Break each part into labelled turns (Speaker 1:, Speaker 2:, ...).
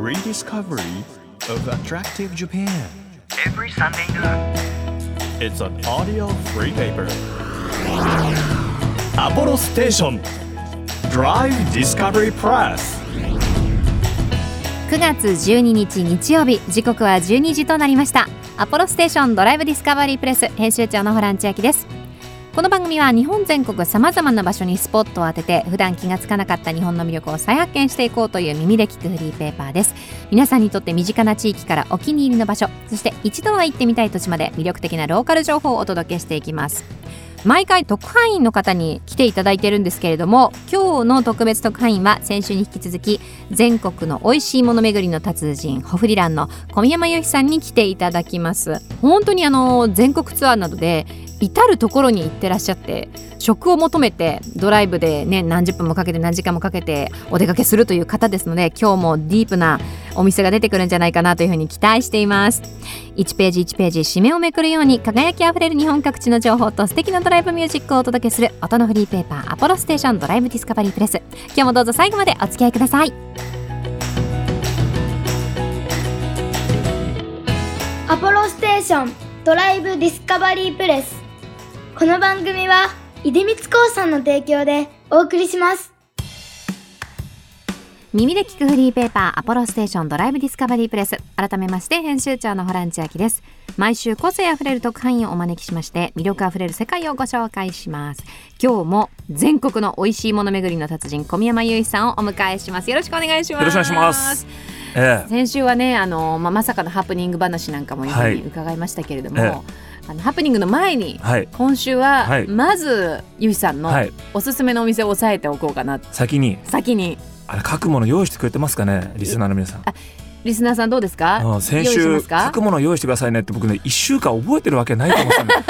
Speaker 1: Rediscovery of Attractive Japan.
Speaker 2: every Sunday noon.
Speaker 1: It's an audio free paper. Apollo Station Drive Discovery Press.
Speaker 3: 9月12日日曜日時刻は12時となりましたアポロステーションドライブディスカバリープレス編集長のホラン千秋ですこの番組は日本全国さまざまな場所にスポットを当てて普段気がつかなかった日本の魅力を再発見していこうという耳で聞くフリーペーパーです皆さんにとって身近な地域からお気に入りの場所そして一度は行ってみたい土地まで魅力的なローカル情報をお届けしていきます毎回特派員の方に来ていただいてるんですけれども今日の特別特派員は先週に引き続き全国の美味しいもの巡りの達人ホフリランの小宮山由紀さんに来ていただきます本当にあの全国ツアーなどで至る所に行ってらっしゃって食を求めてドライブでね何十分もかけて何時間もかけてお出かけするという方ですので今日もディープなお店が出てくるんじゃないかなというふうに期待しています1ページ1ページ締めをめくるように輝きあふれる日本各地の情報と素敵なドライブミュージックをお届けする音のフリーペーパー「アポロステーションドライブディスカバリープレス」今日もどうぞ最後までお付き合いください
Speaker 4: アポロステーションドライブディスカバリープレスこの番組は出光興産の提供でお送りします
Speaker 3: 耳で聞くフリーペーパーアポロステーションドライブディスカバリープレス改めまして編集長のホラン千秋です毎週個性あふれる特派員をお招きしまして魅力あふれる世界をご紹介します今日も全国の美味しいもの巡りの達人小宮山雄一さんをお迎えしますよろしくお願いします
Speaker 5: よろしくお願いします。ええ
Speaker 3: 先週はねあの、まあ、まさかのハプニング話なんかもよく
Speaker 5: はい
Speaker 3: 伺いましたけれども、
Speaker 5: ええ
Speaker 3: あのハプニングの前に、
Speaker 5: はい。
Speaker 3: 今週は、
Speaker 5: はい
Speaker 3: まずゆいさんの
Speaker 5: はい
Speaker 3: おすすめのお店を押さえておこうかな、
Speaker 5: 先に、
Speaker 3: 先に
Speaker 5: あれ書くもの用意してくれてますかね、リスナーの皆さん。
Speaker 3: リスナーさんどうですか
Speaker 5: うん先
Speaker 3: 用意
Speaker 5: 週
Speaker 3: します
Speaker 5: 書
Speaker 3: か
Speaker 5: くもの用意してくださいねって僕ね1週間覚えてるわけないと思ったんだ よ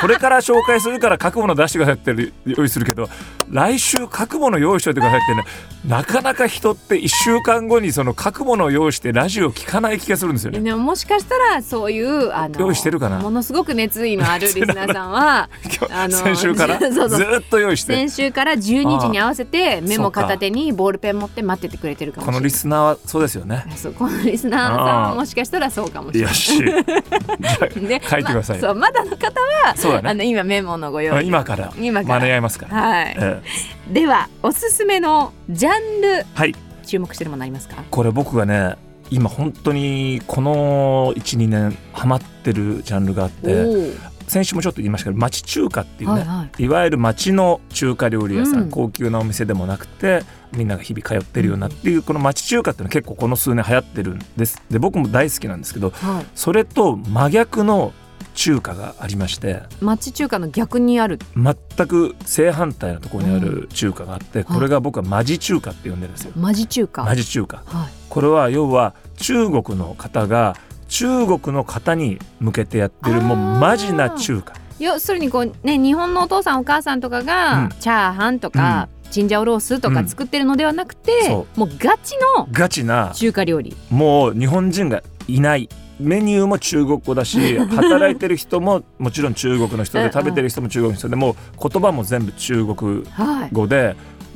Speaker 5: これから紹介するから書くもの出してくださいって用意するけど来週書くもの用意しておいてくださいってねなかなか人って1週間後にその書くものを用意してラジオ聞かない気がするんですよね。
Speaker 3: ね、もしかしたらそういうあの
Speaker 5: 用意してるかな
Speaker 3: ものすごく熱意の あるリスナーさんは
Speaker 5: 今日
Speaker 3: あの
Speaker 5: 先週から
Speaker 3: そ
Speaker 5: ず
Speaker 3: うそう
Speaker 5: ーっと用意して
Speaker 3: 先週から12時に合わせてメ
Speaker 5: そ
Speaker 3: モ
Speaker 5: うか
Speaker 3: 片手にボールペン持って待っててくれてるかもし
Speaker 5: こ
Speaker 3: れな
Speaker 5: のリ
Speaker 3: い
Speaker 5: スナーはそうですよ ね。
Speaker 3: そうこのリスナーさん
Speaker 5: あ
Speaker 3: は
Speaker 5: ー
Speaker 3: もしかしたらそうかもしれない
Speaker 5: よ しじゃあ 書い
Speaker 3: で
Speaker 5: てください
Speaker 3: まあ、そ
Speaker 5: よ。
Speaker 3: うまだの方は
Speaker 5: そうだね
Speaker 3: あの今メモのご用
Speaker 5: あ
Speaker 3: 意
Speaker 5: 今から
Speaker 3: 今から
Speaker 5: 間に合いますから。
Speaker 3: はい、
Speaker 5: ええ
Speaker 3: ではおすすめのジャンル
Speaker 5: はい
Speaker 3: 注目してるものありますか
Speaker 5: これ僕がね今本当にこの12年ハマってるジャンルがあっ
Speaker 3: お
Speaker 5: て
Speaker 3: ー
Speaker 5: 先週もちょっと言いましたけど町中華っていうね、
Speaker 3: はい
Speaker 5: い
Speaker 3: はい
Speaker 5: わゆる町の中華料理屋さん、
Speaker 3: うん
Speaker 5: 高級なお店でもなくてみんなが日々通ってるようなっていうこの町中華っていうのは結構この数年流行ってるんですで僕も大好きなんですけど
Speaker 3: はい
Speaker 5: それと真逆の中華がありまして
Speaker 3: 町中華の逆にある
Speaker 5: 全く正反対のところにある中華があって、これが僕はマジ中華って呼んでるんですよ。
Speaker 3: マジ中華
Speaker 5: マジ中華
Speaker 3: はい
Speaker 5: これは要は中国の方が中国の方に向けてやって
Speaker 3: あー
Speaker 5: るもうマジな中華
Speaker 3: 要するにこうね日本のお父さんお母さんとかが、
Speaker 5: うん
Speaker 3: チャーハンとか、チンジャオロースとか作ってるのではなくて、
Speaker 5: そ
Speaker 3: もうガチの
Speaker 5: ガチな
Speaker 3: 中華料理
Speaker 5: もう日本人がいないメニューも中国語だ し働いてる人ももちろん中国の人
Speaker 3: うん
Speaker 5: で
Speaker 3: うん
Speaker 5: 食べてる人も中国の人でもう言葉も全部中国
Speaker 3: はい
Speaker 5: 語で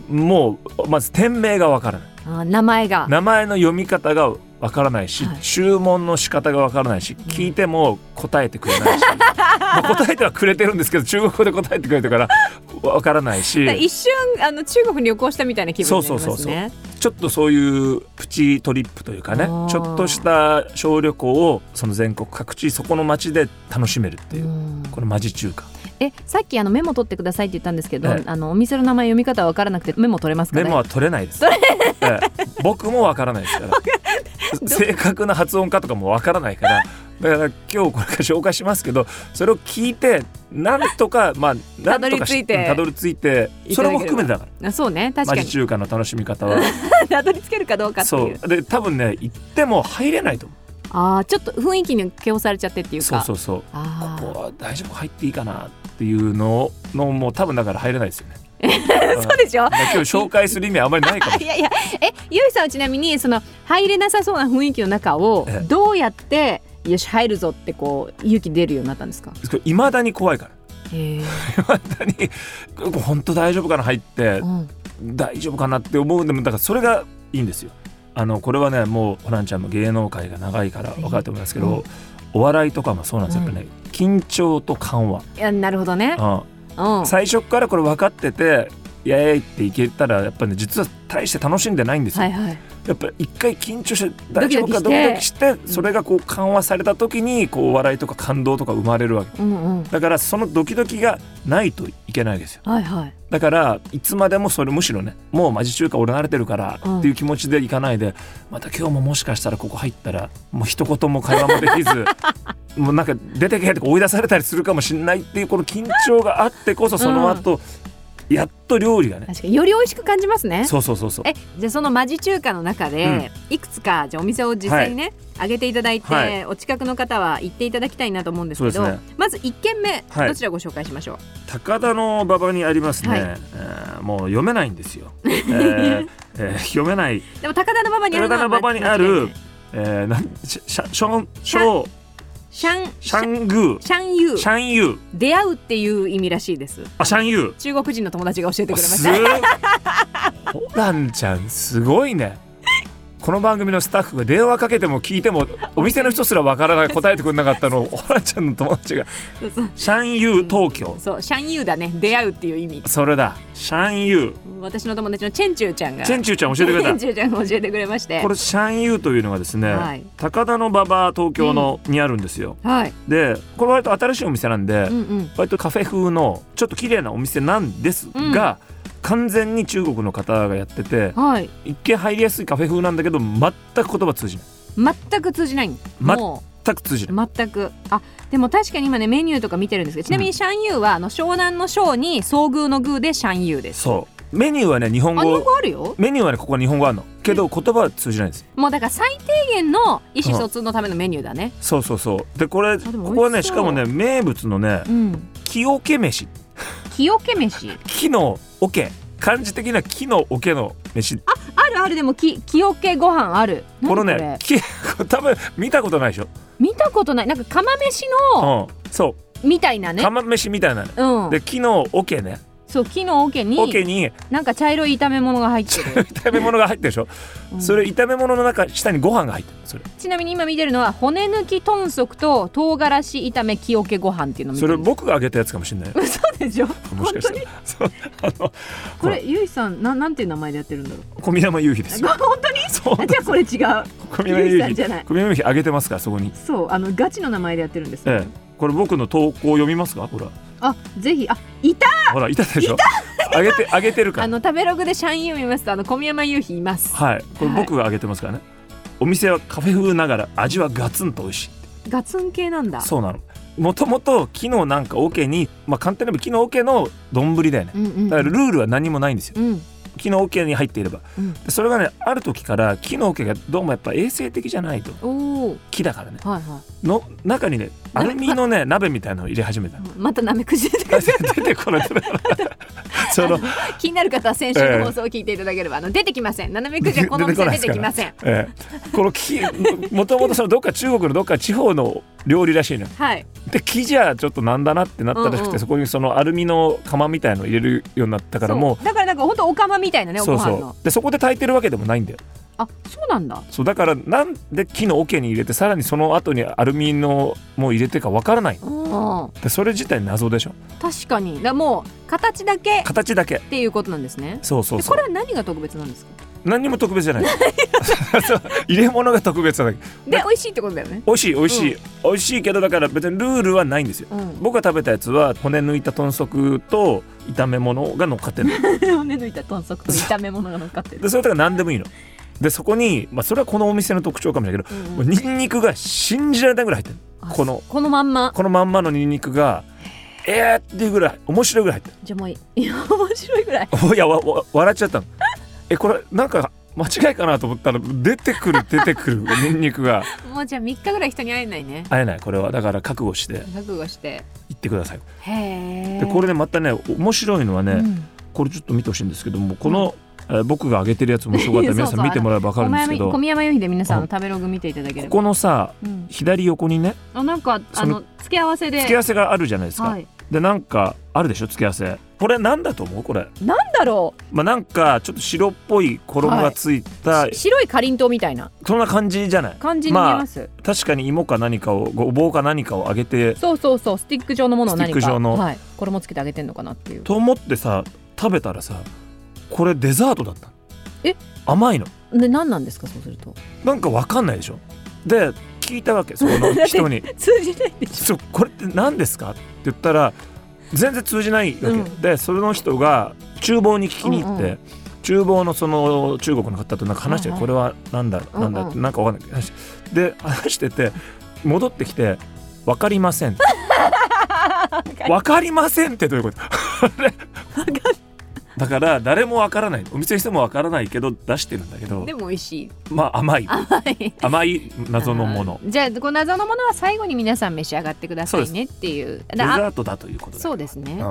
Speaker 5: もうまず店名がわからない
Speaker 3: あー名前が
Speaker 5: 名前の読み方がわからないし、
Speaker 3: はい
Speaker 5: 注文の仕方がわからないし聞いても答えてくれ ないし、まあ答えてはくれてるんですけど中国語で答えてくれてるからわからないし
Speaker 3: だから一瞬あの中国に旅行したみたいな気分になりますね
Speaker 5: そうそうそうそうちょっとそういうプチトリップというかね
Speaker 3: あー
Speaker 5: ちょっとした小旅行をその全国各地そこの町で楽しめるっていう、
Speaker 3: うん
Speaker 5: このマジ中華
Speaker 3: えさっきあのメモ取ってくださいって言ったんですけど、
Speaker 5: ええ
Speaker 3: あのお店の名前読み方わからなくてメモ取れますか
Speaker 5: メ
Speaker 3: ね
Speaker 5: モは取れないです、ええ僕もわからないですから正確な発音かとかもわからないからだから今日これから紹介しますけどそれを聞いてなんと かまあなんとかし
Speaker 3: たどり着いて
Speaker 5: たどり着いて
Speaker 3: いた
Speaker 5: そ
Speaker 3: だ
Speaker 5: れ
Speaker 3: ければ
Speaker 5: も含めてだから
Speaker 3: あそうね確か
Speaker 5: マ ジ
Speaker 3: に
Speaker 5: 中華の楽しみ方は
Speaker 3: たどり着けるかどうかって
Speaker 5: そ
Speaker 3: いう
Speaker 5: うで多分ね行っても入れないと思う
Speaker 3: ああちょっと雰囲気に気をされちゃってっていう
Speaker 5: そ
Speaker 3: か
Speaker 5: うそうそう
Speaker 3: あ
Speaker 5: こ
Speaker 3: ー
Speaker 5: こは大丈夫入っていいかなっていうののもう多分だから入れないですよね。
Speaker 3: そうでしょ
Speaker 5: だ から今日紹介する意味あんまりないかもし
Speaker 3: いやいやえゆいさんはちなみにその入れなさそうな雰囲気の中を
Speaker 5: ええ
Speaker 3: どうやってよし入るぞってこう勇気出るようになったんですか
Speaker 5: れない。いまだに怖いから。
Speaker 3: へえ、
Speaker 5: いまだに本当大丈夫かな入って
Speaker 3: うん
Speaker 5: 大丈夫かなって思うんでもだからそれがいいんですよ。あのこれはねもうホランちゃんも芸能界が長いから分かると思いますけど、お笑いとかもそうなんですよ、やっぱね緊張と緩和、
Speaker 3: いやなるほどね。
Speaker 5: うん
Speaker 3: うん。
Speaker 5: 最初からこれ分かってて「イエーイ!」っていけたらやっぱね実は大して楽しんでないんですよ、
Speaker 3: はいはい。
Speaker 5: やっぱ一回緊張して大丈夫か
Speaker 3: ド
Speaker 5: ド
Speaker 3: キドキして
Speaker 5: キドキしてそれがこう緩和された時にこう笑いとか感動とか生まれるわけ
Speaker 3: うんうん。
Speaker 5: だからそのドキドキがないといけないですよ
Speaker 3: はいはい。
Speaker 5: だからいつまでもそれむしろねもうマジ中華俺慣れてるから
Speaker 3: うん
Speaker 5: っていう気持ちでいかないで、また今日ももしかしたらここ入ったらもう一言も会話もできず もうなんか出てけとか追い出されたりするかもしれないっていうこの緊張があってこそその後、やっと料理がね
Speaker 3: 確かにより美味しく感じますね。
Speaker 5: そうそうそうそう
Speaker 3: えじゃあそのマジ中華の中で、いくつかじゃあお店を実際にね、あげていただいて、
Speaker 5: はい
Speaker 3: お近くの方は行っていただきたいなと思うんですけ
Speaker 5: そ
Speaker 3: ど
Speaker 5: うです
Speaker 3: まず1軒目、
Speaker 5: はい
Speaker 3: どちらご紹介しましょう
Speaker 5: 高田の馬場にありますね、
Speaker 3: はい
Speaker 5: えーもう読めないんです よ、えーえー読めない
Speaker 3: でも高田の馬場にある
Speaker 5: 高
Speaker 3: の
Speaker 5: 田
Speaker 3: は
Speaker 5: の馬場にあ
Speaker 3: 間違い
Speaker 5: る
Speaker 3: ない
Speaker 5: えーなんシャションショウ
Speaker 3: シャン
Speaker 5: シャングー
Speaker 3: シャンユ
Speaker 5: シ
Speaker 3: ー
Speaker 5: ャンユー
Speaker 3: 出会うっていう意味らしいです
Speaker 5: あシャンユー
Speaker 3: 中国人の友達が教えてくれまし
Speaker 5: す
Speaker 3: た
Speaker 5: ホランちゃんすごいねこの番組のスタッフが電話かけても聞いてもお店の人すらわからない答えてくれなかったのをホランちゃんの友達が
Speaker 3: そうそう
Speaker 5: 「シャンユー東京
Speaker 3: そうシャンユーだね出会うっていう意味」
Speaker 5: それだシャンユ
Speaker 3: 私の友達のチェンチューちゃんが
Speaker 5: ーチェンチューちゃん教えてくれ
Speaker 3: チェ
Speaker 5: た
Speaker 3: ンチューちゃんが教えてくれまして
Speaker 5: これシャンユーというのがですね、
Speaker 3: はい
Speaker 5: 高田の馬場東京の、にあるんですよ
Speaker 3: はい
Speaker 5: でこれ割と新しいお店なんで、
Speaker 3: うんうん
Speaker 5: 割とカフェ風のちょっと綺麗なお店なんですが、完全に中国の方がやってて
Speaker 3: はい
Speaker 5: 一見入りやすいカフェ風なんだけど全く言葉通じない
Speaker 3: 全く通じない
Speaker 5: ま
Speaker 3: もう
Speaker 5: 全く通じない
Speaker 3: 全くあでも確かに今ねメニューとか見てるんですけどちなみにシャンユーはあの湘南の湘に遭遇の遇でシャンユーです
Speaker 5: そうメニューはね日本
Speaker 3: あ日本
Speaker 5: 語
Speaker 3: 語あるよ
Speaker 5: メニューはねここは日本語あるのけど言葉は通じないんです
Speaker 3: もうだから最低限の意思疎通のためのメニューだね
Speaker 5: そうそうそうでこれ
Speaker 3: で
Speaker 5: こ
Speaker 3: も
Speaker 5: こは
Speaker 3: 美
Speaker 5: ね
Speaker 3: 味し
Speaker 5: し
Speaker 3: そう
Speaker 5: かもね名物のね
Speaker 3: うん
Speaker 5: 木桶飯
Speaker 3: 清家飯
Speaker 5: 木の桶漢字的な木の桶の飯
Speaker 3: あるあるでもき清家ご飯ある
Speaker 5: この
Speaker 3: 何
Speaker 5: ね木 多分見たことないでしょ、
Speaker 3: 見たことないなんか釜飯の
Speaker 5: うん、そ
Speaker 3: みたいな
Speaker 5: う
Speaker 3: ね
Speaker 5: 釜飯みたいなね
Speaker 3: うん
Speaker 5: で木の桶ね
Speaker 3: そう木の桶に
Speaker 5: 桶に
Speaker 3: なんか茶色い炒め物が入ってる、
Speaker 5: 炒め物が入ってるでしょ、
Speaker 3: うん
Speaker 5: それ炒め物の中下にご飯が入ってるそれ
Speaker 3: ちなみに今見てるのは骨抜き豚足と唐辛子炒め清家ご飯っていうのを見
Speaker 5: そ
Speaker 3: て
Speaker 5: れ
Speaker 3: る
Speaker 5: 僕があげたやつかもしれない
Speaker 3: 嘘でしょ
Speaker 5: もしかしたらそうあの
Speaker 3: これゆいさんなんなんていう名前でやってるんだろ
Speaker 5: 小宮山夕日です
Speaker 3: う
Speaker 5: よ
Speaker 3: 本当に
Speaker 5: そう
Speaker 3: あじゃあこれ違う
Speaker 5: 小宮山
Speaker 3: ゆ
Speaker 5: 夕
Speaker 3: いさん
Speaker 5: 日
Speaker 3: じゃない
Speaker 5: 小宮山夕日あげてますからそこに
Speaker 3: そうあのガチの名前でやってるんです、
Speaker 5: ええこれ僕の投稿読みますかほら
Speaker 3: あぜひあいた
Speaker 5: ほらいたでしょあげてあげてるか
Speaker 3: あ
Speaker 5: ら
Speaker 3: の食べログでシャンユー見ますとあの小宮山雄飛います
Speaker 5: はいこれ僕があげてますからね、お店はカフェ風ながら味はガツンと美味しい
Speaker 3: ガツン系なんだ
Speaker 5: そうなのもともと木のなんか桶にまあ簡単に言えば木の桶の丼だよね
Speaker 3: うんうん
Speaker 5: だからルールは何もないんですよ
Speaker 3: うん
Speaker 5: 木の桶に入っていれば、
Speaker 3: うん
Speaker 5: でそれがねある時から木の桶がどうもやっぱ衛生的じゃないと
Speaker 3: おお
Speaker 5: 木だからね
Speaker 3: はいは
Speaker 5: の中にねアルミのね鍋みたいなのを入れ始めたの
Speaker 3: いまたなめく じ 出てくる
Speaker 5: 出てこない その、
Speaker 3: 気になる方は先週の放送を聞いていただければ、あの出てきませんなめくじはこのお
Speaker 5: 出て
Speaker 3: 店
Speaker 5: こないで
Speaker 3: 出
Speaker 5: す
Speaker 3: て
Speaker 5: か
Speaker 3: き
Speaker 5: ら
Speaker 3: ません
Speaker 5: ええこの木もともとそのどっか中国のどっか地方の料理らしいのよ
Speaker 3: はい
Speaker 5: で木じゃちょっとなんだなってなったらしくて、
Speaker 3: うんうん
Speaker 5: そこにそのアルミの釜みたいのを入れるようになったからも
Speaker 3: そうだからなんか本当お釜みたいな
Speaker 5: う
Speaker 3: ねお
Speaker 5: そ
Speaker 3: ご
Speaker 5: う
Speaker 3: 飯の
Speaker 5: そうでそこで炊いてるわけでもないんだよ
Speaker 3: あそうなんだ
Speaker 5: そうだからなんで木の桶に入れてさらにその後にアルミのもう入れてかわからない
Speaker 3: うん
Speaker 5: でそれ自体謎でしょ
Speaker 3: 確かにだからもう形だけっ
Speaker 5: 形だけ
Speaker 3: ていうことなんですね
Speaker 5: そうそう
Speaker 3: で
Speaker 5: そ
Speaker 3: こ
Speaker 5: う
Speaker 3: れは何が特別なんですか
Speaker 5: 何にも特別じゃない そう入れ物が特別なだけ
Speaker 3: で美味しいってことだよね
Speaker 5: 美味しい美味しい、美味しいけどだから別にルールはないんですよ
Speaker 3: うん
Speaker 5: 僕が食べたやつは骨抜いた豚足と炒め物が乗っかってる
Speaker 3: 骨抜いた豚足と炒め物が乗っか って
Speaker 5: で
Speaker 3: る
Speaker 5: それとか何でもいいのでそこに、まあ、それはこのお店の特徴かもしれないけど、もうニンニクが信じられないぐらい入ってるこの
Speaker 3: このまんま
Speaker 5: このまんまのニンニクがえーっていうぐらい面白いぐらい入って
Speaker 3: じゃあもうい いや面白いぐらい
Speaker 5: る いやわわ笑っちゃったのえこれなんか間違いかなと思ったら出てくる出てくる ニンニクが
Speaker 3: もうじゃあ3日ぐらい人に会えないね
Speaker 5: 会えないこれはだから覚悟して
Speaker 3: 覚悟して
Speaker 5: 行ってください
Speaker 3: へえ
Speaker 5: でこれねまたね面白いのはね、
Speaker 3: うん
Speaker 5: これちょっと見てほしいんですけどもこの、えー僕が上げてるやつ面白かったら皆
Speaker 3: そ
Speaker 5: さ
Speaker 3: うそ
Speaker 5: ん
Speaker 3: う
Speaker 5: 見てもらえば分かるんですけど
Speaker 3: 小宮山由比で皆さんあの
Speaker 5: うん
Speaker 3: 食べログ見ていただけれ
Speaker 5: こ
Speaker 3: ば
Speaker 5: このさ
Speaker 3: うん
Speaker 5: 左横にね
Speaker 3: あなんかあ
Speaker 5: その
Speaker 3: の付け合わせで
Speaker 5: 付け合わせがあるじゃないですか、
Speaker 3: はい
Speaker 5: でなんかあるでしょ付け合わせこれなんだと思うこれ、
Speaker 3: なんだろ
Speaker 5: まあ、なんかちょっと白っぽい衣がついた、
Speaker 3: う白いかりんとうみたいな
Speaker 5: そんな感じじゃない
Speaker 3: 感じに見えます、
Speaker 5: あ、確かに芋か何かをごぼうか何かをあげて
Speaker 3: そうそうそうスティック状のものを何
Speaker 5: スティッ
Speaker 3: か
Speaker 5: ク状の
Speaker 3: はい、衣つけてあげてんのかなっていう
Speaker 5: と思ってさ食べたらさこれデザートだったの
Speaker 3: え
Speaker 5: 甘いの
Speaker 3: で何なんですかそうすると
Speaker 5: なんかわかんないでしょで聞いたわけそこの 人に
Speaker 3: 通じない
Speaker 5: 「
Speaker 3: でし
Speaker 5: そうこれって何ですか?」って言ったら全然通じないわけ、
Speaker 3: うん
Speaker 5: でその人が厨房に聞きに行って、
Speaker 3: うんうん
Speaker 5: 厨房のその中国の方となんか話して、
Speaker 3: はいはい
Speaker 5: これはなんだなんだ、
Speaker 3: うんうん
Speaker 5: なんかわかんない話してで話してて戻ってきて「わかりま せん」「わかりません」ってどういうことあれだから誰もわからないお店の人もわからないけど出してるんだけ
Speaker 3: ょ
Speaker 5: ど
Speaker 3: でも美味しい
Speaker 5: まあ甘い
Speaker 3: はい
Speaker 5: 甘い謎のもの
Speaker 3: あーじゃあこの謎のものは最後に皆さん召し上がってくださいねっていう
Speaker 5: デ
Speaker 3: だあ
Speaker 5: ザートだということだ
Speaker 3: そうです
Speaker 5: う
Speaker 3: ね、
Speaker 5: ん
Speaker 3: い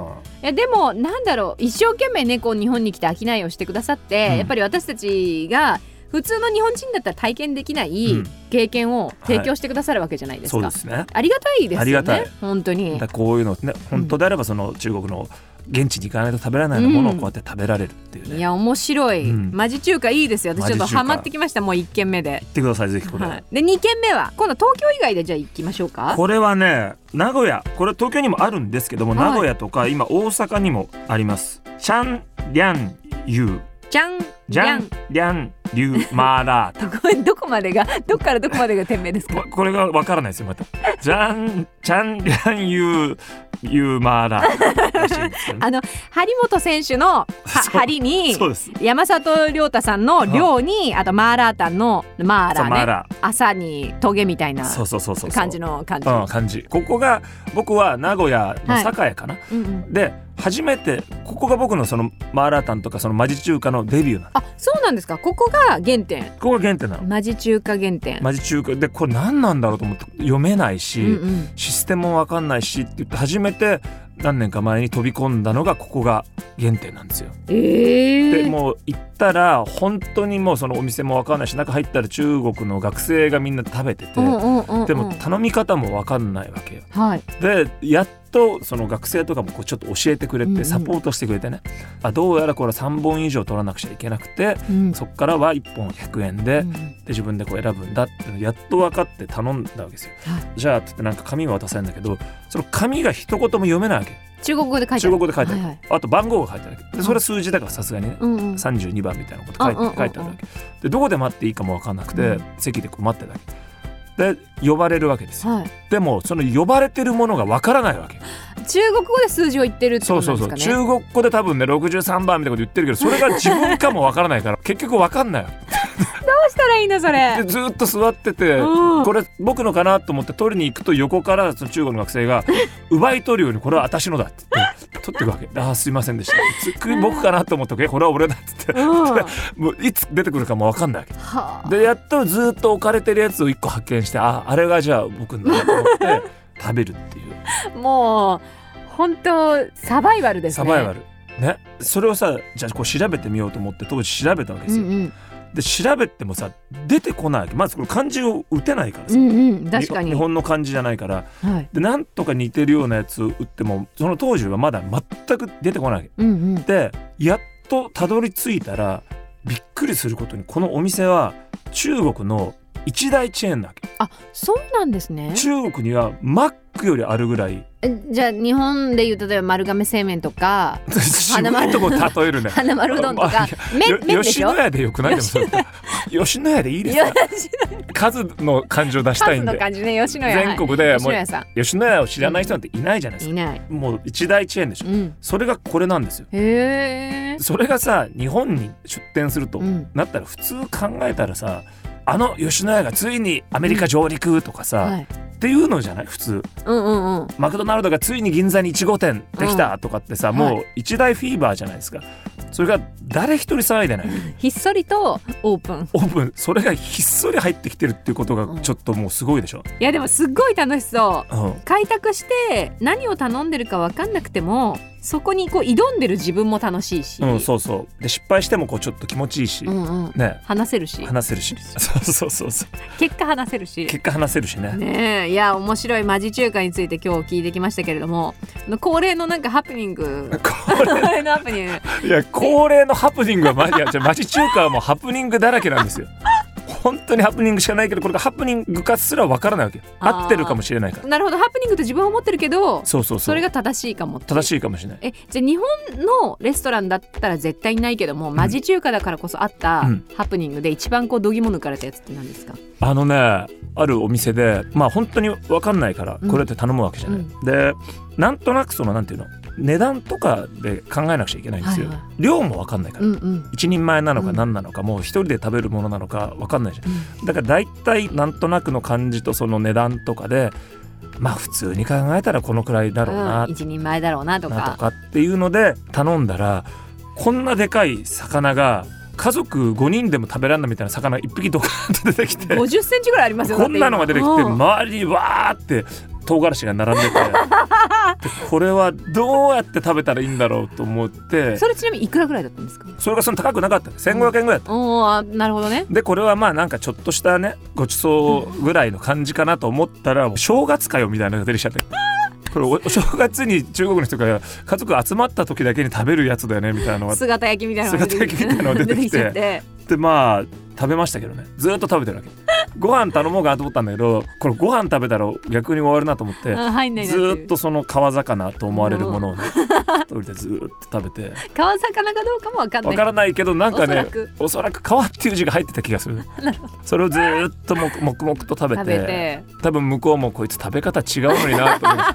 Speaker 3: やでもなんだろう一生懸命ねこう日本に来て商いをしてくださって、
Speaker 5: うん
Speaker 3: やっぱり私たちが普通の日本人だったら体験できない
Speaker 5: うん
Speaker 3: 経験を提供してくださるわけじゃないですか、
Speaker 5: そうですね
Speaker 3: ありがたいですよね
Speaker 5: ありがたい
Speaker 3: 本当に
Speaker 5: だからこういうのね本当であればその中国の現地に行かないと食べられないようなものを
Speaker 3: うん
Speaker 5: こうやって食べられるっていうね、
Speaker 3: い
Speaker 5: 行
Speaker 3: や面白い、
Speaker 5: うん
Speaker 3: マジ中華いいですよ私ちょっと
Speaker 5: マジ中華
Speaker 3: ハマってきましたもう1軒目で、
Speaker 5: ってくださいぜひこれ、
Speaker 3: はい、で2軒目は今度東京以外でじゃあ行きましょうか
Speaker 5: これはね名古屋これ東京にもあるんですけども、
Speaker 3: はい
Speaker 5: 名古屋とか今大阪にもありますチャンリャンユー
Speaker 3: じゃん
Speaker 5: ジ
Speaker 3: じゃ
Speaker 5: ャ
Speaker 3: ん
Speaker 5: ンリャンリューマーラー
Speaker 3: これどこまでがどっからどこまでが店名ですか
Speaker 5: ここれがわからないですよまたジャンチャンリャンユーユーマーラ ーらしいんですけどね
Speaker 3: あの張本選手のは
Speaker 5: そう
Speaker 3: 張りに
Speaker 5: そうです
Speaker 3: 山里亮太さんの亮にあとマーラータンのマー
Speaker 5: そ
Speaker 3: ラ
Speaker 5: う
Speaker 3: ー
Speaker 5: マー
Speaker 3: ね
Speaker 5: ラ
Speaker 3: 朝に峠みたい
Speaker 5: ー
Speaker 3: な
Speaker 5: そうそうそうそうそう
Speaker 3: 感じの感じ
Speaker 5: うん、感じここが僕は名古屋の酒屋かな、
Speaker 3: うんうん
Speaker 5: で初めてここが僕のそのマーラータンとかそのマジ中華のデビューなの
Speaker 3: あそうなんですかここが原点
Speaker 5: ここが原点なの
Speaker 3: マジ中華原点、
Speaker 5: マジ中華でこれ何なんだろうと思って読めないし、
Speaker 3: うんうん
Speaker 5: システムも分かんないしって言って初めて何年か前に飛び込んだのがここが原点なんですよ。
Speaker 3: えー、
Speaker 5: でもう行ったら本当にもうそのお店も分かんないし中入ったら中国の学生がみんな食べてて、
Speaker 3: うんうんうんうん
Speaker 5: でも頼み方も分かんないわけよ。
Speaker 3: はい
Speaker 5: でやっとその学生とかもこうちょっと教えてくれ
Speaker 3: うんう
Speaker 5: て
Speaker 3: ん
Speaker 5: サポートしてくれてね、あどうやらこれ3本以上取らなくちゃいけなくて
Speaker 3: うん
Speaker 5: そっからは1本100円で,、
Speaker 3: う
Speaker 5: で
Speaker 3: んうん
Speaker 5: 自分でこう選ぶんだってのやっと分かって頼んだわけですよ。
Speaker 3: は
Speaker 5: じゃあって言ってなんか紙を渡されるんだけどその紙が一言も読めないわけ
Speaker 3: 中国語で書いてあ
Speaker 5: 中
Speaker 3: る
Speaker 5: 国語で書いてある、
Speaker 3: はいはい
Speaker 5: あと番号が書いてあるわけでそれは数字だからさすがにね、
Speaker 3: うんうん
Speaker 5: 32番みたいなこと書いて,、
Speaker 3: うんうんうんうん
Speaker 5: 書いてあるわけでどこで待っていいかも分かんなくて、
Speaker 3: うん
Speaker 5: 席でこう待ってるだけで呼ばれるわけですよ
Speaker 3: はい
Speaker 5: でもその呼ばれてるものが分からないわけ
Speaker 3: 中国語で数字を言ってるって
Speaker 5: そ
Speaker 3: こ
Speaker 5: う
Speaker 3: と
Speaker 5: そ
Speaker 3: なん
Speaker 5: う
Speaker 3: で
Speaker 5: そ
Speaker 3: す
Speaker 5: う、
Speaker 3: かね
Speaker 5: 中国語で多分ね63番みたいなこと言ってるけどそれが自分かもわからない から結局わかんないわ
Speaker 3: どうしたらいいのそれ
Speaker 5: でずーっと座ってて
Speaker 3: うん
Speaker 5: これ僕のかなと思って取りに行くと横からその中国の学生 が奪い取るようにこれは私のだって言って取ってくわ けああすいませんでしたつく僕かなと思ったけどこれは俺だって
Speaker 3: う
Speaker 5: 言っ
Speaker 3: んは
Speaker 5: てもういつ出てくるかもわかんないわけ
Speaker 3: あ
Speaker 5: でやっとずーっと置かれてるやつを1個発見してあああれがじゃあ僕のだと思 って食べるっていう
Speaker 3: もう本当サバイバルですね
Speaker 5: サバイバルねそれをさじゃあこう調べてみようと思って当時調べたわけで
Speaker 3: う
Speaker 5: すよ、
Speaker 3: んうん
Speaker 5: で調べてもさ出てこないわけまずこれ漢字を打てないから
Speaker 3: う
Speaker 5: さ、
Speaker 3: んうん確かに
Speaker 5: 日本の漢字じゃないから
Speaker 3: はい
Speaker 5: でなんとか似てるようなやつを打ってもその当時はまだ全く出てこないわけ
Speaker 3: うんうん
Speaker 5: でやっとたどり着いたらびっくりすることにこのお店は中国の一大チェーンなわけ
Speaker 3: あそうなんですね
Speaker 5: 中国にはマックよりあるぐ らい
Speaker 3: えじゃあ日本でいう例えば丸亀製麺とか
Speaker 5: 渋いとこ例えるね
Speaker 3: 花丸うどんと
Speaker 5: あ
Speaker 3: か
Speaker 5: いやよ
Speaker 3: 麺麺でし
Speaker 5: 吉
Speaker 3: ょ
Speaker 5: 野家でよくないでもそれ吉野家でいいですか
Speaker 3: 吉
Speaker 5: 数の漢字を出したい
Speaker 3: 数
Speaker 5: ん
Speaker 3: の
Speaker 5: で
Speaker 3: 感じね吉野家
Speaker 5: 全国で
Speaker 3: はい吉
Speaker 5: もう
Speaker 3: 野家さ
Speaker 5: 吉野家を知らない人なんていないじゃないで
Speaker 3: ん
Speaker 5: す
Speaker 3: い
Speaker 5: か、
Speaker 3: ない
Speaker 5: もう一大チェーンでしょ、
Speaker 3: うん
Speaker 5: それがこれなんですよ
Speaker 3: へえ
Speaker 5: それがさ日本に出店すると
Speaker 3: うん
Speaker 5: なったら普通考えたらさあの吉野家がついにアメリカ上陸とかさ、
Speaker 3: はい
Speaker 5: っていうのじゃない普通
Speaker 3: うんうんうん
Speaker 5: マクドナルドがついに銀座に1号店できたとかってさ、
Speaker 3: うん
Speaker 5: もう一大フィーバーじゃないですかそれが誰一人騒いでない
Speaker 3: ひっそりとオープン
Speaker 5: オープンそれがひっそり入ってきてるっていうことがちょっともうすごいでしょ、
Speaker 3: いやでもすっごい楽しそう
Speaker 5: うん
Speaker 3: 開拓して何を頼んでるか分かんなくてもそこにこう挑んでる自分も楽しいし、
Speaker 5: うんそうそうで失敗してもこうちょっと気持ちいいし、
Speaker 3: うんうん
Speaker 5: ね
Speaker 3: 話せるし
Speaker 5: 話せるし そうそうそうそう
Speaker 3: 結果話せるし
Speaker 5: 結果話せるしね
Speaker 3: ねえいや面白いマジ中華について今日聞いてきましたけれどもあの恒例のなんかハプニング恒 例のハプニング
Speaker 5: いや恒例のハプニングはマジいやじゃあ町中華はもうハプニングだらけなんですよ本当にハプニングしかないけどこれがハプニングかすらわからないわけよ
Speaker 3: あー
Speaker 5: 合ってるかもしれないから
Speaker 3: なるほどハプニングと自分は思ってるけど
Speaker 5: そうそうそう
Speaker 3: それが正しいかも
Speaker 5: 正
Speaker 3: い
Speaker 5: しいかもしれない
Speaker 3: えじゃあ日本のレストランだったら絶対にないけども、マジ中華だからこそあった
Speaker 5: うん
Speaker 3: ハプニングで一番こう度肝抜かれたやつって何ですか、
Speaker 5: あのねあるお店でまあ本当にわかんないから
Speaker 3: うん
Speaker 5: これって頼むわけじゃない、
Speaker 3: うん
Speaker 5: でなんとなくそのなんていうの値段とかで考えなくちゃいけないんですよ、
Speaker 3: はいは
Speaker 5: 量もわかんないから、
Speaker 3: うんうん
Speaker 5: 一人前なの
Speaker 3: う
Speaker 5: か
Speaker 3: ん
Speaker 5: 何なのか、もう一人で食べるものなのか分かんないじゃん、だから大体なんとなくの感じとその値段とかでまあ普通に考えたらこのくらいだろうな,、
Speaker 3: うん、一人前だろうなとか
Speaker 5: なとかっていうので頼んだらこんなでかい魚が家族5人でも食べらんないみたいな魚1匹ドカーンと出てき て
Speaker 3: 50センチぐらいありますよ
Speaker 5: こんなのが出てきて
Speaker 3: うん
Speaker 5: 周りにわーって唐辛子が並んで てでこれはどうやって食べたらいいんだろうと思って
Speaker 3: それちなみにいくらぐらいだったんですか
Speaker 5: それがその高くなかった1500円ぐらいだった
Speaker 3: おーあなるほどね
Speaker 5: でこれはまあなんかちょっとしたねごちそうぐらいの感じかなと思ったら正月かよみたいなのが出てきちゃって。これおお正月に中国の人が家族集まった時だけに食べるやつだよねみたいなのがあっ
Speaker 3: 姿焼きみたいなのが出てき
Speaker 5: 姿焼
Speaker 3: て
Speaker 5: きみたいなのが出てきて
Speaker 3: ちゃって
Speaker 5: てまあ食べましたけどねずっと食べてるわけご飯頼もうかなと思ったんだけどこれご飯食べたら逆に終わるなと思って
Speaker 3: あ入んないな
Speaker 5: ず
Speaker 3: ていう
Speaker 5: ーっとその川魚と思われるものをね 取りてずーっと食べて
Speaker 3: 川魚かどうかもわかんない
Speaker 5: わからないけどなんかね
Speaker 3: おそらく
Speaker 5: おそらく川っていう字が入ってた気がす るそれをずーっともく黙々と食べ
Speaker 3: 食べ
Speaker 5: て
Speaker 3: て
Speaker 5: 多分向こうもこいつ食べ方違うのになと思って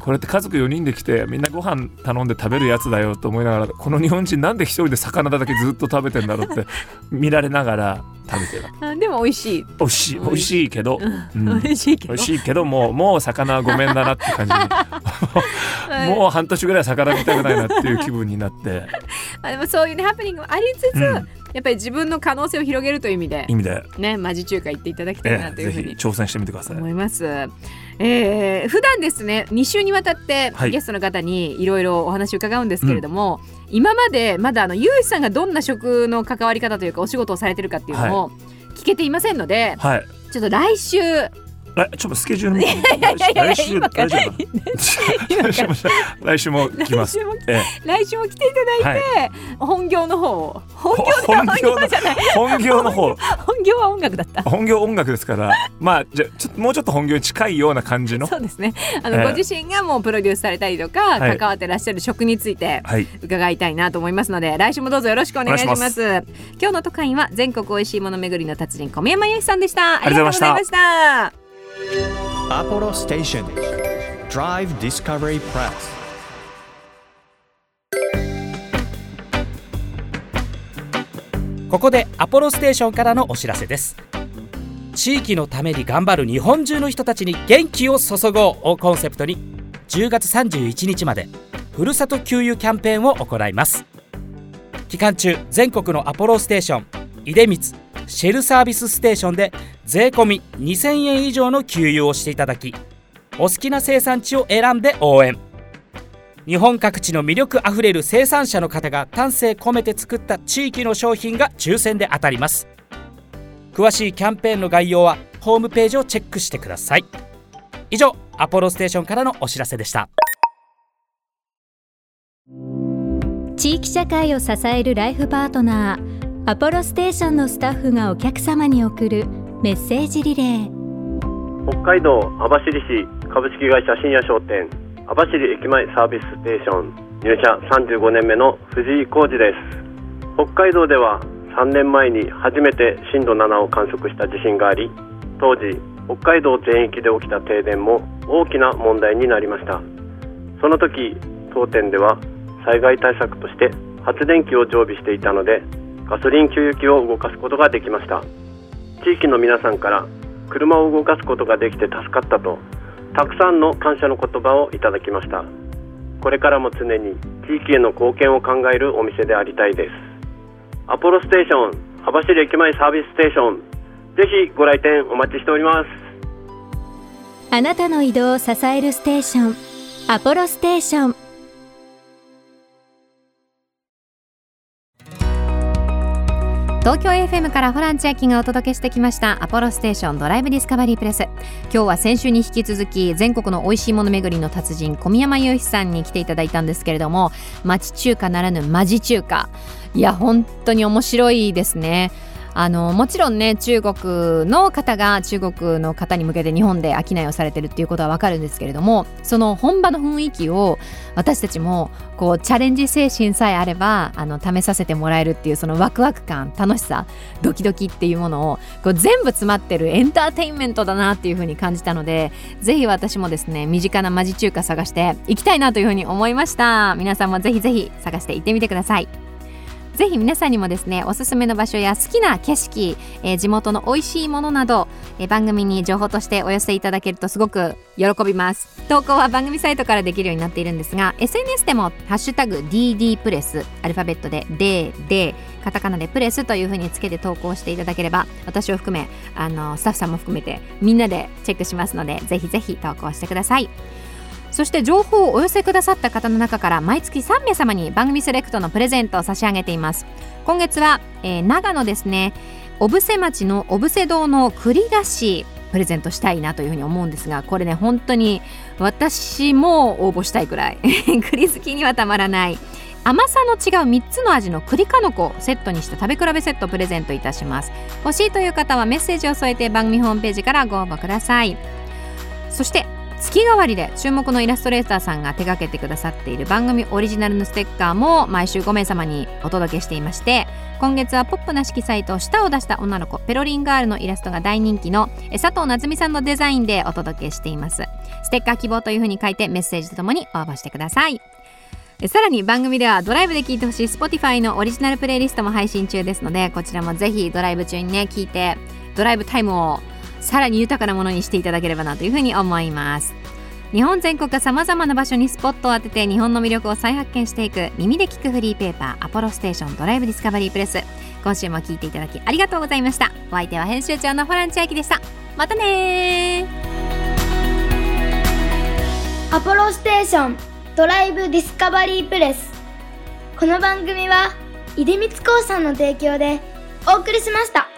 Speaker 5: これって家族4人で来てみんなご飯頼んで食べるやつだよと思いながらこの日本人なんで一人で魚だけずっと食べてんだろうって見られながら食べてる
Speaker 3: あでも美味しい
Speaker 5: 美味しい美味しいけど、うん
Speaker 3: 美味しいけ
Speaker 5: 美
Speaker 3: ど
Speaker 5: 味しいけどもうもう魚はごめんだなって感じにもう半年ぐらい魚見たくないなっていう気分になって
Speaker 3: あでもそういうねハプニングもありつ
Speaker 5: う
Speaker 3: つ、
Speaker 5: ん
Speaker 3: やっぱり自分の可能性を広げるという意味で
Speaker 5: 意味で、
Speaker 3: ねマジ中華行っていただきたい
Speaker 5: え
Speaker 3: なと
Speaker 5: え
Speaker 3: いう
Speaker 5: ぜ
Speaker 3: ふ
Speaker 5: ひ
Speaker 3: うに
Speaker 5: 挑戦してみてください。
Speaker 3: 思います。えー普段ですね2週にわたって
Speaker 5: はい
Speaker 3: ゲストの方にいろいろお話を伺うんですけれども、今までまだあのゆういさんがどんな職の関わり方というかお仕事をされてるかっていうのを聞けていませんので、
Speaker 5: はい
Speaker 3: ちょっと来週
Speaker 5: 来ちょっとスケジュールも
Speaker 3: や
Speaker 5: 来週
Speaker 3: 今から
Speaker 5: 来週も 来週も来週も来ま
Speaker 3: 来
Speaker 5: す。
Speaker 3: 週も
Speaker 5: ええ
Speaker 3: 来週も来ていただいて、
Speaker 5: はい
Speaker 3: 本業の方を本業
Speaker 5: 本
Speaker 3: 本
Speaker 5: 業
Speaker 3: 業
Speaker 5: の
Speaker 3: じゃない
Speaker 5: 本業の方
Speaker 3: 本業は音楽だった。
Speaker 5: 本業音楽ですからまあじゃあちょっともうちょっと本業に近いような感じの
Speaker 3: そうですねあの、
Speaker 5: ええ
Speaker 3: ご自身がもうプロデュースされたりとか、
Speaker 5: はい
Speaker 3: 関わってらっしゃる職について
Speaker 5: はい
Speaker 3: 伺いたいなと思いますので来週もどうぞよろしくお願いします
Speaker 5: お願いし
Speaker 3: 今日の都会は全国おいしいもの巡りの達人小宮山由紀さんでしたあ
Speaker 5: り
Speaker 3: り
Speaker 5: が
Speaker 3: が
Speaker 5: と
Speaker 3: と
Speaker 5: う
Speaker 3: う
Speaker 5: ご
Speaker 3: ご
Speaker 5: ざ
Speaker 3: ざ
Speaker 5: い
Speaker 3: い
Speaker 5: まし
Speaker 3: ました
Speaker 1: Apollo Station. Drive Discovery Press.
Speaker 6: Station ここでアポロステーションからのお知らせです地域のために頑張る日本中の人たちに元気を注ごうをコンセプトに10月31日までふるさと給油キャンペーンを行います期間中全国のアポロステーション出光シェルサービスステーションで税込み2000円以上の給油をしていただきお好きな生産地を選んで応援日本各地の魅力あふれる生産者の方が丹精込めて作った地域の商品が抽選で当たります詳しいキャンペーンの概要はホームページをチェックしてください以上アポロステーションからのお知らせでした
Speaker 7: 地域社会を支えるライフパートナーアポロステーションのスタッフがお客様に送るメッセージリレー
Speaker 8: 北海道網走市株式会社深夜商店網走駅前サービスステーション入社35年目の藤井浩二です北海道では3年前に初めて震度7を観測した地震があり当時北海道全域で起きた停電も大きな問題になりましたその時当店では災害対策として発電機を常備していたのでガソリン給油機を動かすことができました地域の皆さんから車を動かすことができて助かったとたくさんの感謝の言葉をいただきましたこれからも常に地域への貢献を考えるお店でありたいですアポロステーション網走駅前サービスステーションぜひご来店お待ちしております
Speaker 7: あなたの移動を支えるステーションアポロステーション
Speaker 3: 東京 FM からホラン千秋がお届けしてきましたアポロステーションドライブディスカバリープレス今日は先週に引き続き全国の美味しいもの巡りの達人小宮山雄一さんに来ていただいたんですけれども町中華ならぬマジ中華いや本当に面白いですねあのもちろんね中国の方が中国の方に向けて日本で商いをされてるっていうことはわかるんですけれどもその本場の雰囲気を私たちもこうチャレンジ精神さえあればあの試させてもらえるっていうそのワクワク感楽しさドキドキっていうものをこう全部詰まってるエンターテインメントだなっていうふうに感じたのでぜひ私もですね身近なマジ中華探していきたいなというふうに思いました皆さんもぜひぜひ探して行ってみてくださいぜひ皆さんにもですねおすすめの場所や好きな景色、えー地元の美味しいものなど、えー番組に情報としてお寄せいただけるとすごく喜びます投稿は番組サイトからできるようになっているんですが SNS でも「ハッシュタグ #DD プレス」アルファベットで「DD」カタカナで「プレス」というふうにつけて投稿していただければ私を含めあのスタッフさんも含めてみんなでチェックしますのでぜひぜひ投稿してくださいそして情報をお寄せくださった方の中から毎月3名様に番組セレクトのプレゼントを差し上げています今月は、えー長野ですね小布施町の小布施堂の栗菓子プレゼントしたいなというふうに思うんですがこれね本当に私も応募したいくらい 栗好きにはたまらない甘さの違う3つの味の栗かのこをセットにした食べ比べセットをプレゼントいたします欲しいという方はメッセージを添えて番組ホームページからご応募くださいそして月替わりで注目のイラストレーターさんが手掛けてくださっている番組オリジナルのステッカーも毎週5名様にお届けしていまして今月はポップな色彩と舌を出した女の子ペロリンガールのイラストが大人気のえ佐藤夏実さんのデザインでお届けしていますステッカー希望というふうに書いてメッセージとともに応募してくださいえさらに番組ではドライブで聴いてほしい Spotify のオリジナルプレイリストも配信中ですのでこちらもぜひドライブ中にね聴いてドライブタイムをさらに豊かなものにしていただければなというふうに思います日本全国さまざまな場所にスポットを当てて日本の魅力を再発見していく耳で聞くフリーペーパー「アポロステーションドライブディスカバリープレス」今週も聞いていただきありがとうございましたお相手は編集長のホラン千秋でしたまたねー
Speaker 4: アポロステーションドライブディスカバリープレスこの番組は出光興産の提供でお送りしました。